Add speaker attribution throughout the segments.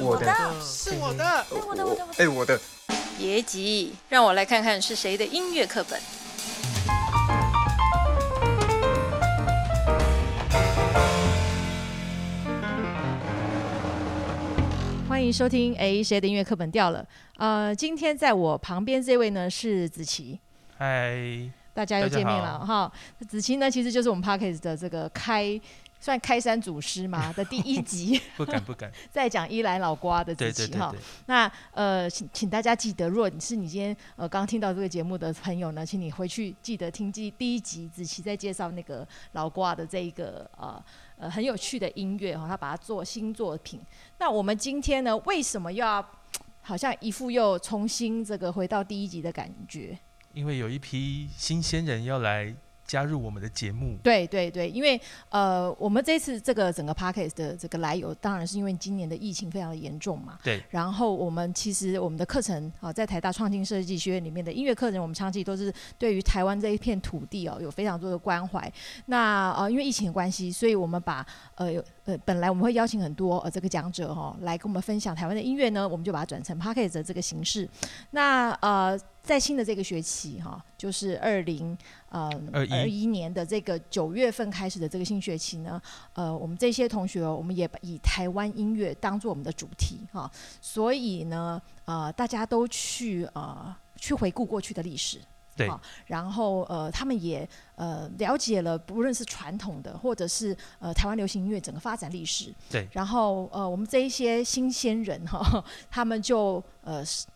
Speaker 1: 我的
Speaker 2: 是我的，
Speaker 3: 哎，我的，我的，我的
Speaker 1: 哎，我的
Speaker 3: 别急，让我来看看是谁的音乐课本。
Speaker 4: 欢迎收听，哎，谁的音乐课本掉了？呃，今天在我旁边这位呢是子琪，
Speaker 2: 嗨，
Speaker 4: 大家又见面了哈。子琪呢，其实就是我们 p a r k e s 的这个开算开山祖师嘛的第一 集，
Speaker 2: 不敢不敢，
Speaker 4: 在讲伊兰老瓜的
Speaker 2: 对
Speaker 4: 子
Speaker 2: 对
Speaker 4: 琪
Speaker 2: 对
Speaker 4: 哈
Speaker 2: 对。，
Speaker 4: 那呃，请请大家记得，如果你是你今天呃刚听到这个节目的朋友呢，请你回去记得听第第一集子琪在介绍那个老瓜的这一个呃呃很有趣的音乐哈、他把它做新作品。那我们今天呢，为什么又要好像一副又重新这个回到第一集的感觉？
Speaker 2: 因为有一批新鲜人要来加入我们的节目，
Speaker 4: 对对对，因为呃，我们这次这个整个 p a c k a s t 的这个来由，当然是因为今年的疫情非常的严重嘛。
Speaker 2: 对。
Speaker 4: 然后我们其实我们的课程啊、在台大创新设计学院里面的音乐课程，我们长期都是对于台湾这一片土地哦，有非常多的关怀。那呃，因为疫情的关系，所以我们把呃有呃本来我们会邀请很多呃这个讲者哈、哦、来跟我们分享台湾的音乐呢，我们就把它转成 p a c k a s t 的这个形式。那呃，在新的这个学期哈、就是二零呃
Speaker 2: 21
Speaker 4: 二一年的这个九月份开始的这个新学期呢，呃，我们这些同学哦、我们也以台湾音乐当做我们的主题哈、所以呢，呃，大家都去呃去回顾过去的历史。
Speaker 2: 对
Speaker 4: 好然后呃，他们也呃了解了，不论是传统的，或者是呃台湾流行音乐整个发展历史。
Speaker 2: 对
Speaker 4: 然后呃，我们这一些新鲜人哈、他们就呃是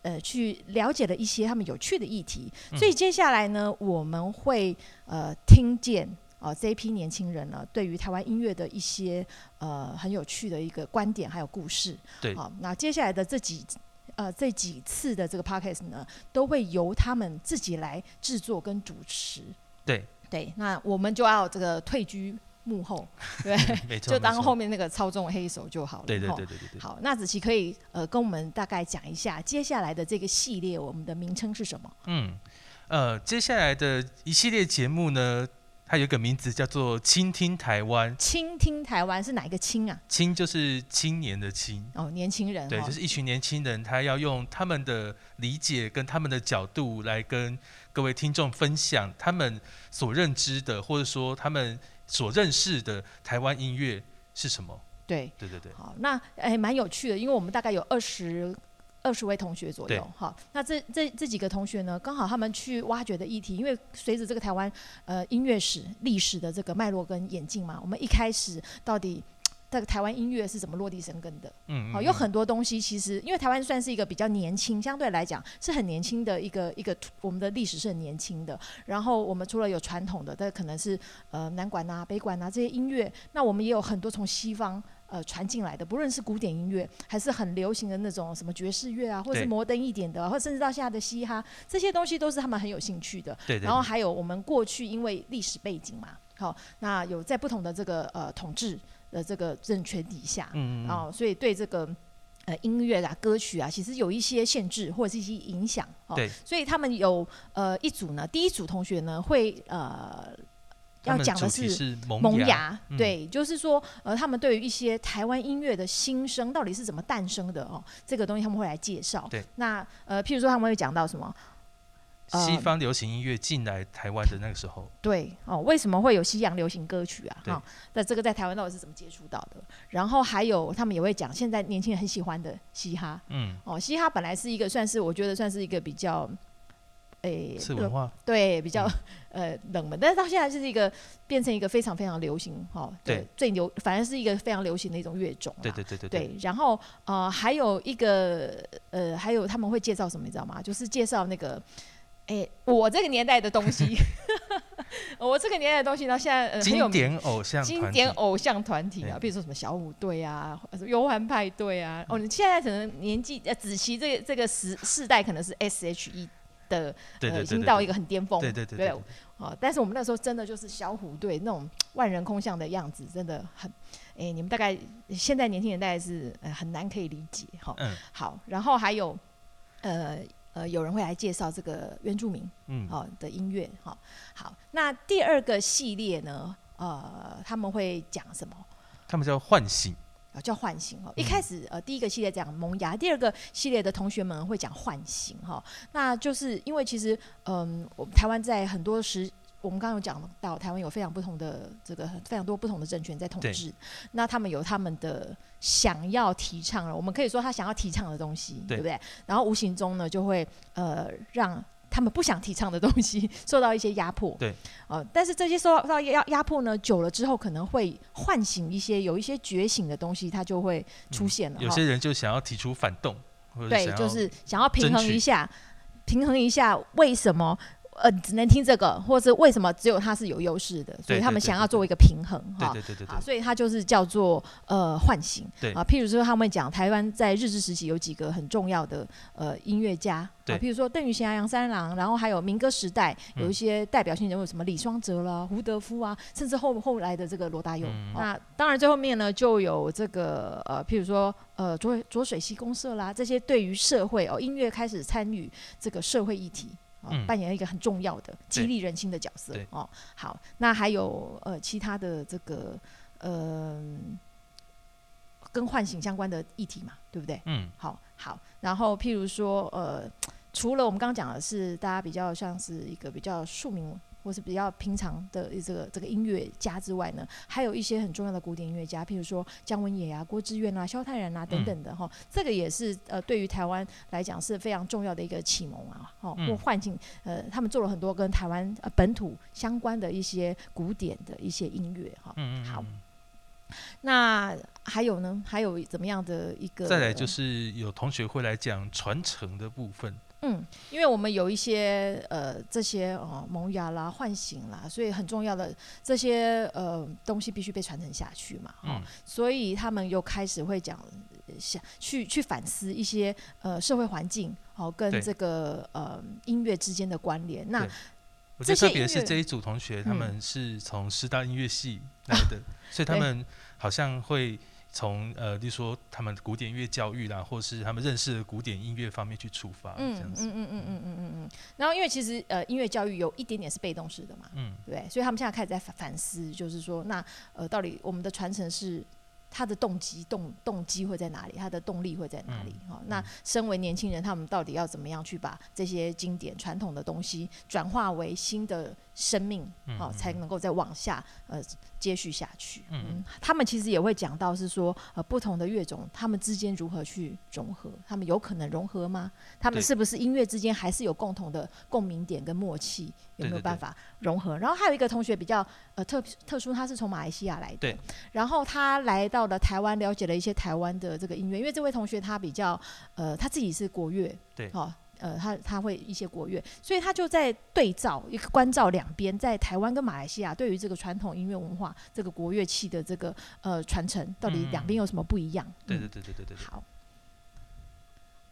Speaker 4: 呃去了解了一些他们有趣的议题。
Speaker 2: 嗯
Speaker 4: 所以接下来呢，我们会呃听见。哦，这一批年轻人呢，对于台湾音乐的一些呃很有趣的一个观点，还有故事。
Speaker 2: 对
Speaker 4: 好、那接下来的这几呃这几次的这个 podcast 呢，都会由他们自己来制作跟主持。
Speaker 2: 对
Speaker 4: 对，那我们就要这个退居幕 后，对，
Speaker 2: 没错，
Speaker 4: 就当
Speaker 2: 没错
Speaker 4: 后面那个操纵黑手就好了。
Speaker 2: 对对
Speaker 4: 吼
Speaker 2: 对对对对，
Speaker 4: 好，那子琪可以呃跟我们大概讲一下接下来的这个系列，我们的名称是什么？
Speaker 2: 嗯，呃，接下来的一系列节目呢，它有一个名字叫做“倾听台湾
Speaker 4: 倾听台湾是哪一个倾啊”，？
Speaker 2: 倾就是青年的青，
Speaker 4: 哦，年轻人
Speaker 2: 对，
Speaker 4: 哦
Speaker 2: 就是一群年轻人，他要用他们的理解跟他们的角度来跟各位听众分享他们所认知的，或者说他们所认识的台湾音乐是什么。
Speaker 4: 对。
Speaker 2: 对对对，
Speaker 4: 好，那哎蛮有趣的，因为我们大概有二十。二十位同学左
Speaker 2: 对
Speaker 4: 右，好，那这这这几个同学呢，刚好他们去挖掘的议题，因为随着这个台湾呃音乐史历史的这个脉络跟演进嘛，我们一开始到底这个台湾音乐是怎么落地生根的？
Speaker 2: 嗯，
Speaker 4: 好，
Speaker 2: 嗯
Speaker 4: 有
Speaker 2: 嗯
Speaker 4: 很多东西其实因为台湾算是一个比较年轻，相对来讲是很年轻的一个呃一个土，我们的历史是很年轻的。然后我们除了有传统的，但可能是呃南管啊、北管啊这些音乐，那我们也有很多从西方。呃，传进来的，不论是古典音乐，还是很流行的那种什么爵士乐啊，或者是
Speaker 2: 对
Speaker 4: 摩登一点的啊，或甚至到现在的嘻哈，这些东西都是他们很有兴趣的。
Speaker 2: 对对，
Speaker 4: 然后
Speaker 2: 对
Speaker 4: 还有我们过去因为历史背景嘛，好、那有在不同的这个呃统治的这个政权底下，
Speaker 2: 嗯嗯嗯
Speaker 4: 哦，所以对这个呃音乐啊、歌曲啊，其实有一些限制或者是一些影响哦。
Speaker 2: 对
Speaker 4: 所以他们有呃一组呢，第一组同学呢会呃
Speaker 2: 他
Speaker 4: 要
Speaker 2: 们
Speaker 4: 讲
Speaker 2: 主
Speaker 4: 的
Speaker 2: 题是萌
Speaker 4: 萌
Speaker 2: 芽，
Speaker 4: 芽，
Speaker 2: 嗯
Speaker 4: 对，就是说，呃，他们对于一些台湾音乐的新生到底是怎么诞生的哦，这个东西他们会来介绍。
Speaker 2: 对，
Speaker 4: 那呃，譬如说他们会讲到什么？呃
Speaker 2: 西方流行音乐进来台湾的那个时候，
Speaker 4: 对哦，为什么会有西洋流行歌曲啊？
Speaker 2: 对
Speaker 4: 哈、那这个在台湾到底是怎么接触到的？然后还有他们也会讲现在年轻人很喜欢的嘻哈，
Speaker 2: 嗯，
Speaker 4: 哦，嘻哈本来是一个算是我觉得算是一个比较，诶、
Speaker 2: 是
Speaker 4: 冷
Speaker 2: 文化，嗯
Speaker 4: 对比较、呃冷门，但是到现在就是一个变成一个非常非常流行哦，
Speaker 2: 对，
Speaker 4: 最流反正是一个非常流行的一种乐种啦，
Speaker 2: 对对对对
Speaker 4: 对，然后呃还有一个呃还有他们会介绍什么你知道吗？就是介绍那个。诶，我这个年代的东西， 我这个年代的东西到现在、呃、很有名
Speaker 2: 经典偶像
Speaker 4: 经
Speaker 2: 团
Speaker 4: 典
Speaker 2: 体
Speaker 4: 偶像团体啊，
Speaker 2: 对
Speaker 4: 比如说什么小虎队啊、忧欢派对啊。
Speaker 2: 嗯
Speaker 4: 哦，你现在可能年纪呃，子琪这个这个时世代可能是 S.H.E 的，呃，
Speaker 2: 对对
Speaker 4: 已
Speaker 2: 对
Speaker 4: 经
Speaker 2: 对
Speaker 4: 到
Speaker 2: 对
Speaker 4: 一个很巅峰，
Speaker 2: 对对对对对，
Speaker 4: 哦，但是我们那时候真的就是小虎队那种万人空巷的样子，真的很，哎、你们大概现在年轻人大概是、呃、很难可以理解哈、
Speaker 2: 嗯
Speaker 4: 好，然后还有呃呃，有人会来介绍这个原住民。
Speaker 2: 嗯，
Speaker 4: 哦的音乐哈、好，那第二个系列呢，呃，他们会讲什么？
Speaker 2: 他们叫唤醒，
Speaker 4: 呃叫唤醒
Speaker 2: 嗯
Speaker 4: 哈。一开始呃第一个系列讲萌芽，第二个系列的同学们会讲唤醒哈。那就是因为其实嗯，我们台湾在很多时。我们刚刚有讲到，台湾有非常不同的这个非常多不同的政权在统
Speaker 2: 对
Speaker 4: 治，那他们有他们的想要提倡了，我们可以说他想要提倡的东西，对
Speaker 2: 对
Speaker 4: 不对？然后无形中呢，就会呃让他们不想提倡的东西 受到一些压迫，
Speaker 2: 对，
Speaker 4: 呃，但是这些受到压压迫呢，久了之后可能会呃唤醒一些有一些觉醒的东西，它就会出现了。
Speaker 2: 嗯有
Speaker 4: 哈
Speaker 2: 些人就想要提出反动，或者
Speaker 4: 对，
Speaker 2: 想
Speaker 4: 就
Speaker 2: 要
Speaker 4: 是想要平
Speaker 2: 争
Speaker 4: 衡
Speaker 2: 取
Speaker 4: 一下，平衡一下为什么呃只能听这个，或是为什么只有它是有优势的，所
Speaker 2: 对
Speaker 4: 以他
Speaker 2: 对
Speaker 4: 们
Speaker 2: 对
Speaker 4: 想
Speaker 2: 对
Speaker 4: 要
Speaker 2: 对
Speaker 4: 做一个平衡
Speaker 2: 对
Speaker 4: 哈。
Speaker 2: 对对对对
Speaker 4: 啊，，所以它就是叫做呃唤醒，
Speaker 2: 对
Speaker 4: 啊，譬如说他们讲台湾在日治时期有几个很重要的呃音乐家，
Speaker 2: 对
Speaker 4: 啊，譬如说邓雨贤、杨三郎，然后还有民歌时代
Speaker 2: 嗯
Speaker 4: 有一些代表性人物，什么李双泽啦、胡德夫啊，甚至后后来的这个罗大佑。
Speaker 2: 嗯
Speaker 4: 那当然最后面呢就有这个呃，譬如说呃浊浊水溪公社啦，这些对于社会哦音乐开始参与这个社会议题。哦
Speaker 2: 嗯
Speaker 4: 扮演一个很重要的激
Speaker 2: 对
Speaker 4: 励人心的角色
Speaker 2: 对
Speaker 4: 哦。好，那还有呃其他的这个呃跟唤醒相关的议题嘛，对不对？
Speaker 2: 嗯，
Speaker 4: 好好，然后譬如说呃，除了我们刚刚讲的是大家比较像是一个比较庶民或是比较平常的这个这个音乐家之外呢，还有一些很重要的古典音乐家，譬如说姜文也啊、郭志远啊、萧泰然啊
Speaker 2: 嗯
Speaker 4: 等等的哈、这个也是呃对于台湾来讲是非常重要的一个启蒙啊，哦
Speaker 2: 嗯
Speaker 4: 或唤醒呃他们做了很多跟台湾呃本土相关的一些古典的一些音乐哈、
Speaker 2: 嗯嗯嗯
Speaker 4: 好
Speaker 2: 嗯
Speaker 4: 那还有呢？还有怎么样的一个？
Speaker 2: 再来就是有同学会来讲传承的部分，
Speaker 4: 嗯，因为我们有一些呃这些呃萌芽啦、唤醒啦，所以很重要的这些呃东西必须被传承下去嘛。哦
Speaker 2: 嗯
Speaker 4: 所以他们又开始会讲，呃想去去反思一些呃社会环境，哦
Speaker 2: 对
Speaker 4: 跟这个呃音乐之间的关联。那
Speaker 2: 对我觉
Speaker 4: 这
Speaker 2: 得
Speaker 4: 些
Speaker 2: 特别
Speaker 4: 音
Speaker 2: 是
Speaker 4: 乐
Speaker 2: 这一组同学，他
Speaker 4: 嗯
Speaker 2: 们是从师大音乐系来的， 所以他
Speaker 4: 对
Speaker 2: 们好像会从呃，例如说他们古典音乐教育啦，或是他们认识的古典音乐方面去出发，这样
Speaker 4: 嗯嗯
Speaker 2: 子。
Speaker 4: 嗯嗯嗯嗯嗯嗯嗯。然后因为其实呃音乐教育有一点点是被动式的嘛，
Speaker 2: 嗯
Speaker 4: 对不对，所以他们现在开始在反反思，就是说，那呃，到底我们的传承是它的动机动动机会在哪里，它的动力会在哪里？
Speaker 2: 嗯
Speaker 4: 哈、那身为年轻人，他们到底要怎么样去把这些经典传统的东西转化为新的生命，
Speaker 2: 嗯
Speaker 4: 好、
Speaker 2: 嗯
Speaker 4: 才能够再往下呃接续下去。
Speaker 2: 嗯
Speaker 4: 嗯，他们其实也会讲到是说，呃，不同的乐种，他们之间如何去融合，他们有可能融合吗？他们
Speaker 2: 对
Speaker 4: 是不是音乐之间还是有共同的共鸣点跟默契？有
Speaker 2: 对
Speaker 4: 没有
Speaker 2: 对
Speaker 4: 办
Speaker 2: 对
Speaker 4: 法融合？然后还有一个同学比较呃特特殊，他是从马来西亚来的，
Speaker 2: 对，
Speaker 4: 然后他来到了台湾，了解了一些台湾的这个音乐，因为这位同学他比较呃他自己是国乐，
Speaker 2: 对
Speaker 4: 哦。呃，他他会一些国乐，所以他就在对照一个关照两边，在台湾跟马来西亚对于这个传统音乐文化、这个国乐器的这个呃传承，到底两边有什么不一样？
Speaker 2: 嗯对
Speaker 4: 嗯
Speaker 2: 对对对对对对，
Speaker 4: 好。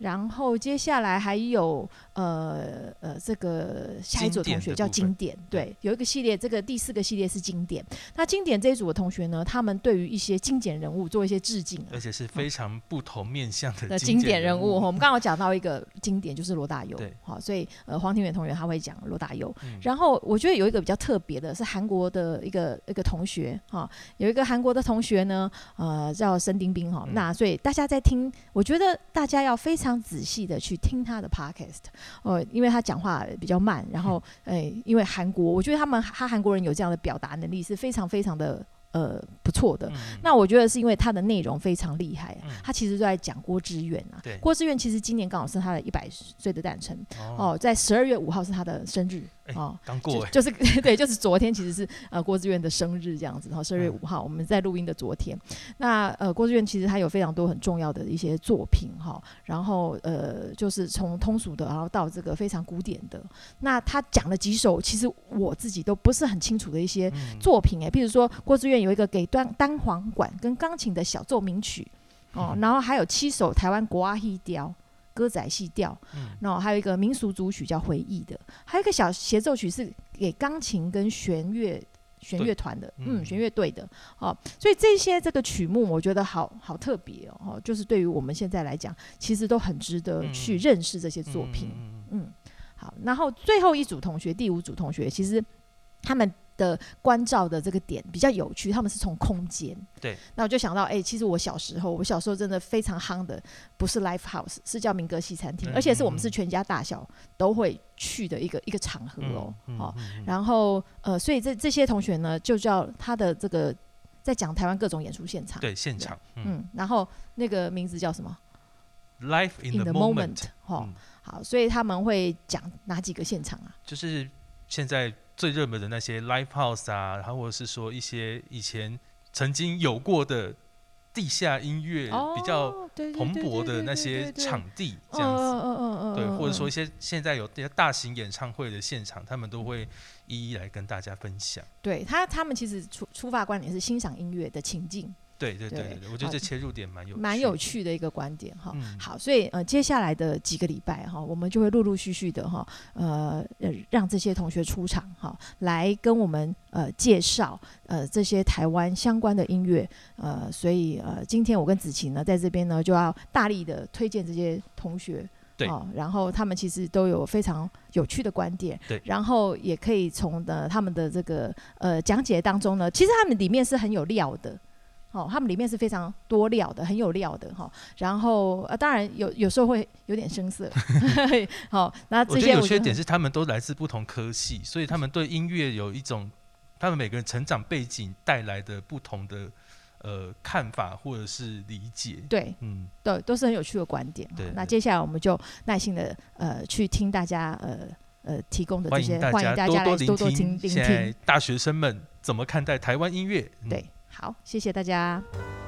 Speaker 4: 然后接下来还有呃呃，这个下一组
Speaker 2: 经典
Speaker 4: 同学
Speaker 2: 的
Speaker 4: 叫
Speaker 2: 部分
Speaker 4: 经典，对，有一个系列，这个第四个系列是经典。那经典这一组的同学呢，他们对于一些经典人物做一些致敬啊
Speaker 2: 而且是非常不同面向的
Speaker 4: 的经典人物。哦
Speaker 2: 物。
Speaker 4: 我们刚刚有讲到一个经典就是罗大佑
Speaker 2: 对，
Speaker 4: 好，所以呃黄庭远同学他会讲罗大佑，
Speaker 2: 嗯
Speaker 4: 然后我觉得有一个比较特别的是韩国的一个一个同学哈、有一个韩国的同学呢，呃，叫申丁斌哈、
Speaker 2: 嗯
Speaker 4: 那所以大家在听，我觉得大家要非常仔细的去听他的 podcast 呃，因为他讲话比较慢，然后
Speaker 2: 嗯
Speaker 4: 诶、因为韩国，我觉得他们他韩国人有这样的表达能力是非常非常的呃不错的。
Speaker 2: 嗯
Speaker 4: 那我觉得是因为他的内容非常厉害啊、
Speaker 2: 嗯
Speaker 4: 他其实都在讲郭志远啊
Speaker 2: 对。
Speaker 4: 郭志远其实今年刚好是他的一百岁的诞辰
Speaker 2: 哦，
Speaker 4: 哦，在十二月五号是他的生日
Speaker 2: 哎
Speaker 4: 哦。
Speaker 2: 刚
Speaker 4: 就
Speaker 2: 过哎，
Speaker 4: 就是 对，就是昨天其实是呃郭志远的生日这样子，然后十二月
Speaker 2: 嗯
Speaker 4: 五号、我们在录音的昨天，那呃郭志远其实他有非常多很重要的一些作品哈，然后呃就是从通俗的，然后到这个非常古典的，那他讲了几首，其实我自己都不是很清楚的一些
Speaker 2: 嗯
Speaker 4: 作品哎，譬如说郭志远有一个给单单簧管跟钢琴的小奏鸣曲
Speaker 2: 嗯
Speaker 4: 哦，然后还有七首台湾国阿戏调、歌仔戏调，
Speaker 2: 嗯
Speaker 4: 然后还有一个民俗组曲叫回忆的，还有一个小协奏曲是给钢琴跟弦乐。弦乐团的，
Speaker 2: 嗯
Speaker 4: 嗯，弦乐队的，哦，所以这些这个曲目，我觉得好好特别哦，哦就是对于我们现在来讲，其实都很值得
Speaker 2: 嗯
Speaker 4: 去认识这些作品。
Speaker 2: 嗯嗯嗯嗯
Speaker 4: 嗯，好，然后最后一组同学，第五组同学，其实他们的关照的这个点比较有趣，他们是从空间。
Speaker 2: 对，
Speaker 4: 那我就想到，哎、其实我小时候，我小时候真的非常夯的，不是 Live House，是叫民歌西餐厅，
Speaker 2: 嗯
Speaker 4: 而且是我们
Speaker 2: 嗯
Speaker 4: 是全家大小都会去的一个一个场合哦，
Speaker 2: 嗯
Speaker 4: 哦，，
Speaker 2: 嗯嗯
Speaker 4: 然后呃，所以这这些同学呢，就叫他的这个在讲台湾各种演出现场，
Speaker 2: 对现场，嗯
Speaker 4: 嗯，然后那个名字叫什么
Speaker 2: ，Life in the
Speaker 4: 嗯 moment，
Speaker 2: moment，
Speaker 4: 哈、
Speaker 2: 嗯
Speaker 4: 好，所以他们会讲哪几个现场啊？
Speaker 2: 就是现在最热门的那些 Live House 啊，然后或者是说一些以前曾经有过的地下音乐
Speaker 4: 哦
Speaker 2: 比较蓬勃的那些场地，这样子。
Speaker 4: 嗯嗯嗯
Speaker 2: 对，或者说一些现在有一些大型演唱会的现场，他们都会一一来跟大家分享。
Speaker 4: 对他他们其实出出发观点是欣赏音乐的情境，
Speaker 2: 对对对
Speaker 4: 对
Speaker 2: 对对，我觉得
Speaker 4: 好
Speaker 2: 这切入点蛮有
Speaker 4: 蛮有
Speaker 2: 的
Speaker 4: 趣的一个观点哈。
Speaker 2: 嗯
Speaker 4: 好，所以呃，接下来的几个礼拜哈，我们就会陆陆续续的哈，呃，呃让这些同学出场哈，来跟我们呃介绍呃这些台湾相关的音乐呃，所以呃，今天我跟子晴呢在这边呢就要大力的推荐这些同学。
Speaker 2: 对
Speaker 4: 哦，然后他们其实都有非常有趣的观点，
Speaker 2: 对
Speaker 4: 然后也可以从呃他们的这个呃讲解当中呢，其实他们里面是很有料的，哦，他们里面是非常多料的，很有料的哈、哦然后呃，当然有有时候会有点生涩， 好，那
Speaker 2: 我
Speaker 4: 这
Speaker 2: 觉得
Speaker 4: 些
Speaker 2: 有
Speaker 4: 我
Speaker 2: 缺
Speaker 4: 觉
Speaker 2: 点
Speaker 4: 得
Speaker 2: 是他们都来自不同科系，所以他们对音乐有一种他们每个人成长背景带来的不同的呃看法或者是理解。
Speaker 4: 对
Speaker 2: 嗯，
Speaker 4: 对都是很有趣的观点。哦
Speaker 2: 对
Speaker 4: 那
Speaker 2: 对
Speaker 4: 接下来我们就耐心的呃去听大家呃呃提供的这
Speaker 2: 欢
Speaker 4: 些
Speaker 2: 迎，大
Speaker 4: 欢迎大
Speaker 2: 多
Speaker 4: 家来
Speaker 2: 聆
Speaker 4: 多多听聆
Speaker 2: 现在
Speaker 4: 听。
Speaker 2: 大学生们怎么看待台湾音乐。嗯
Speaker 4: 对，好，谢谢大家。
Speaker 2: 谢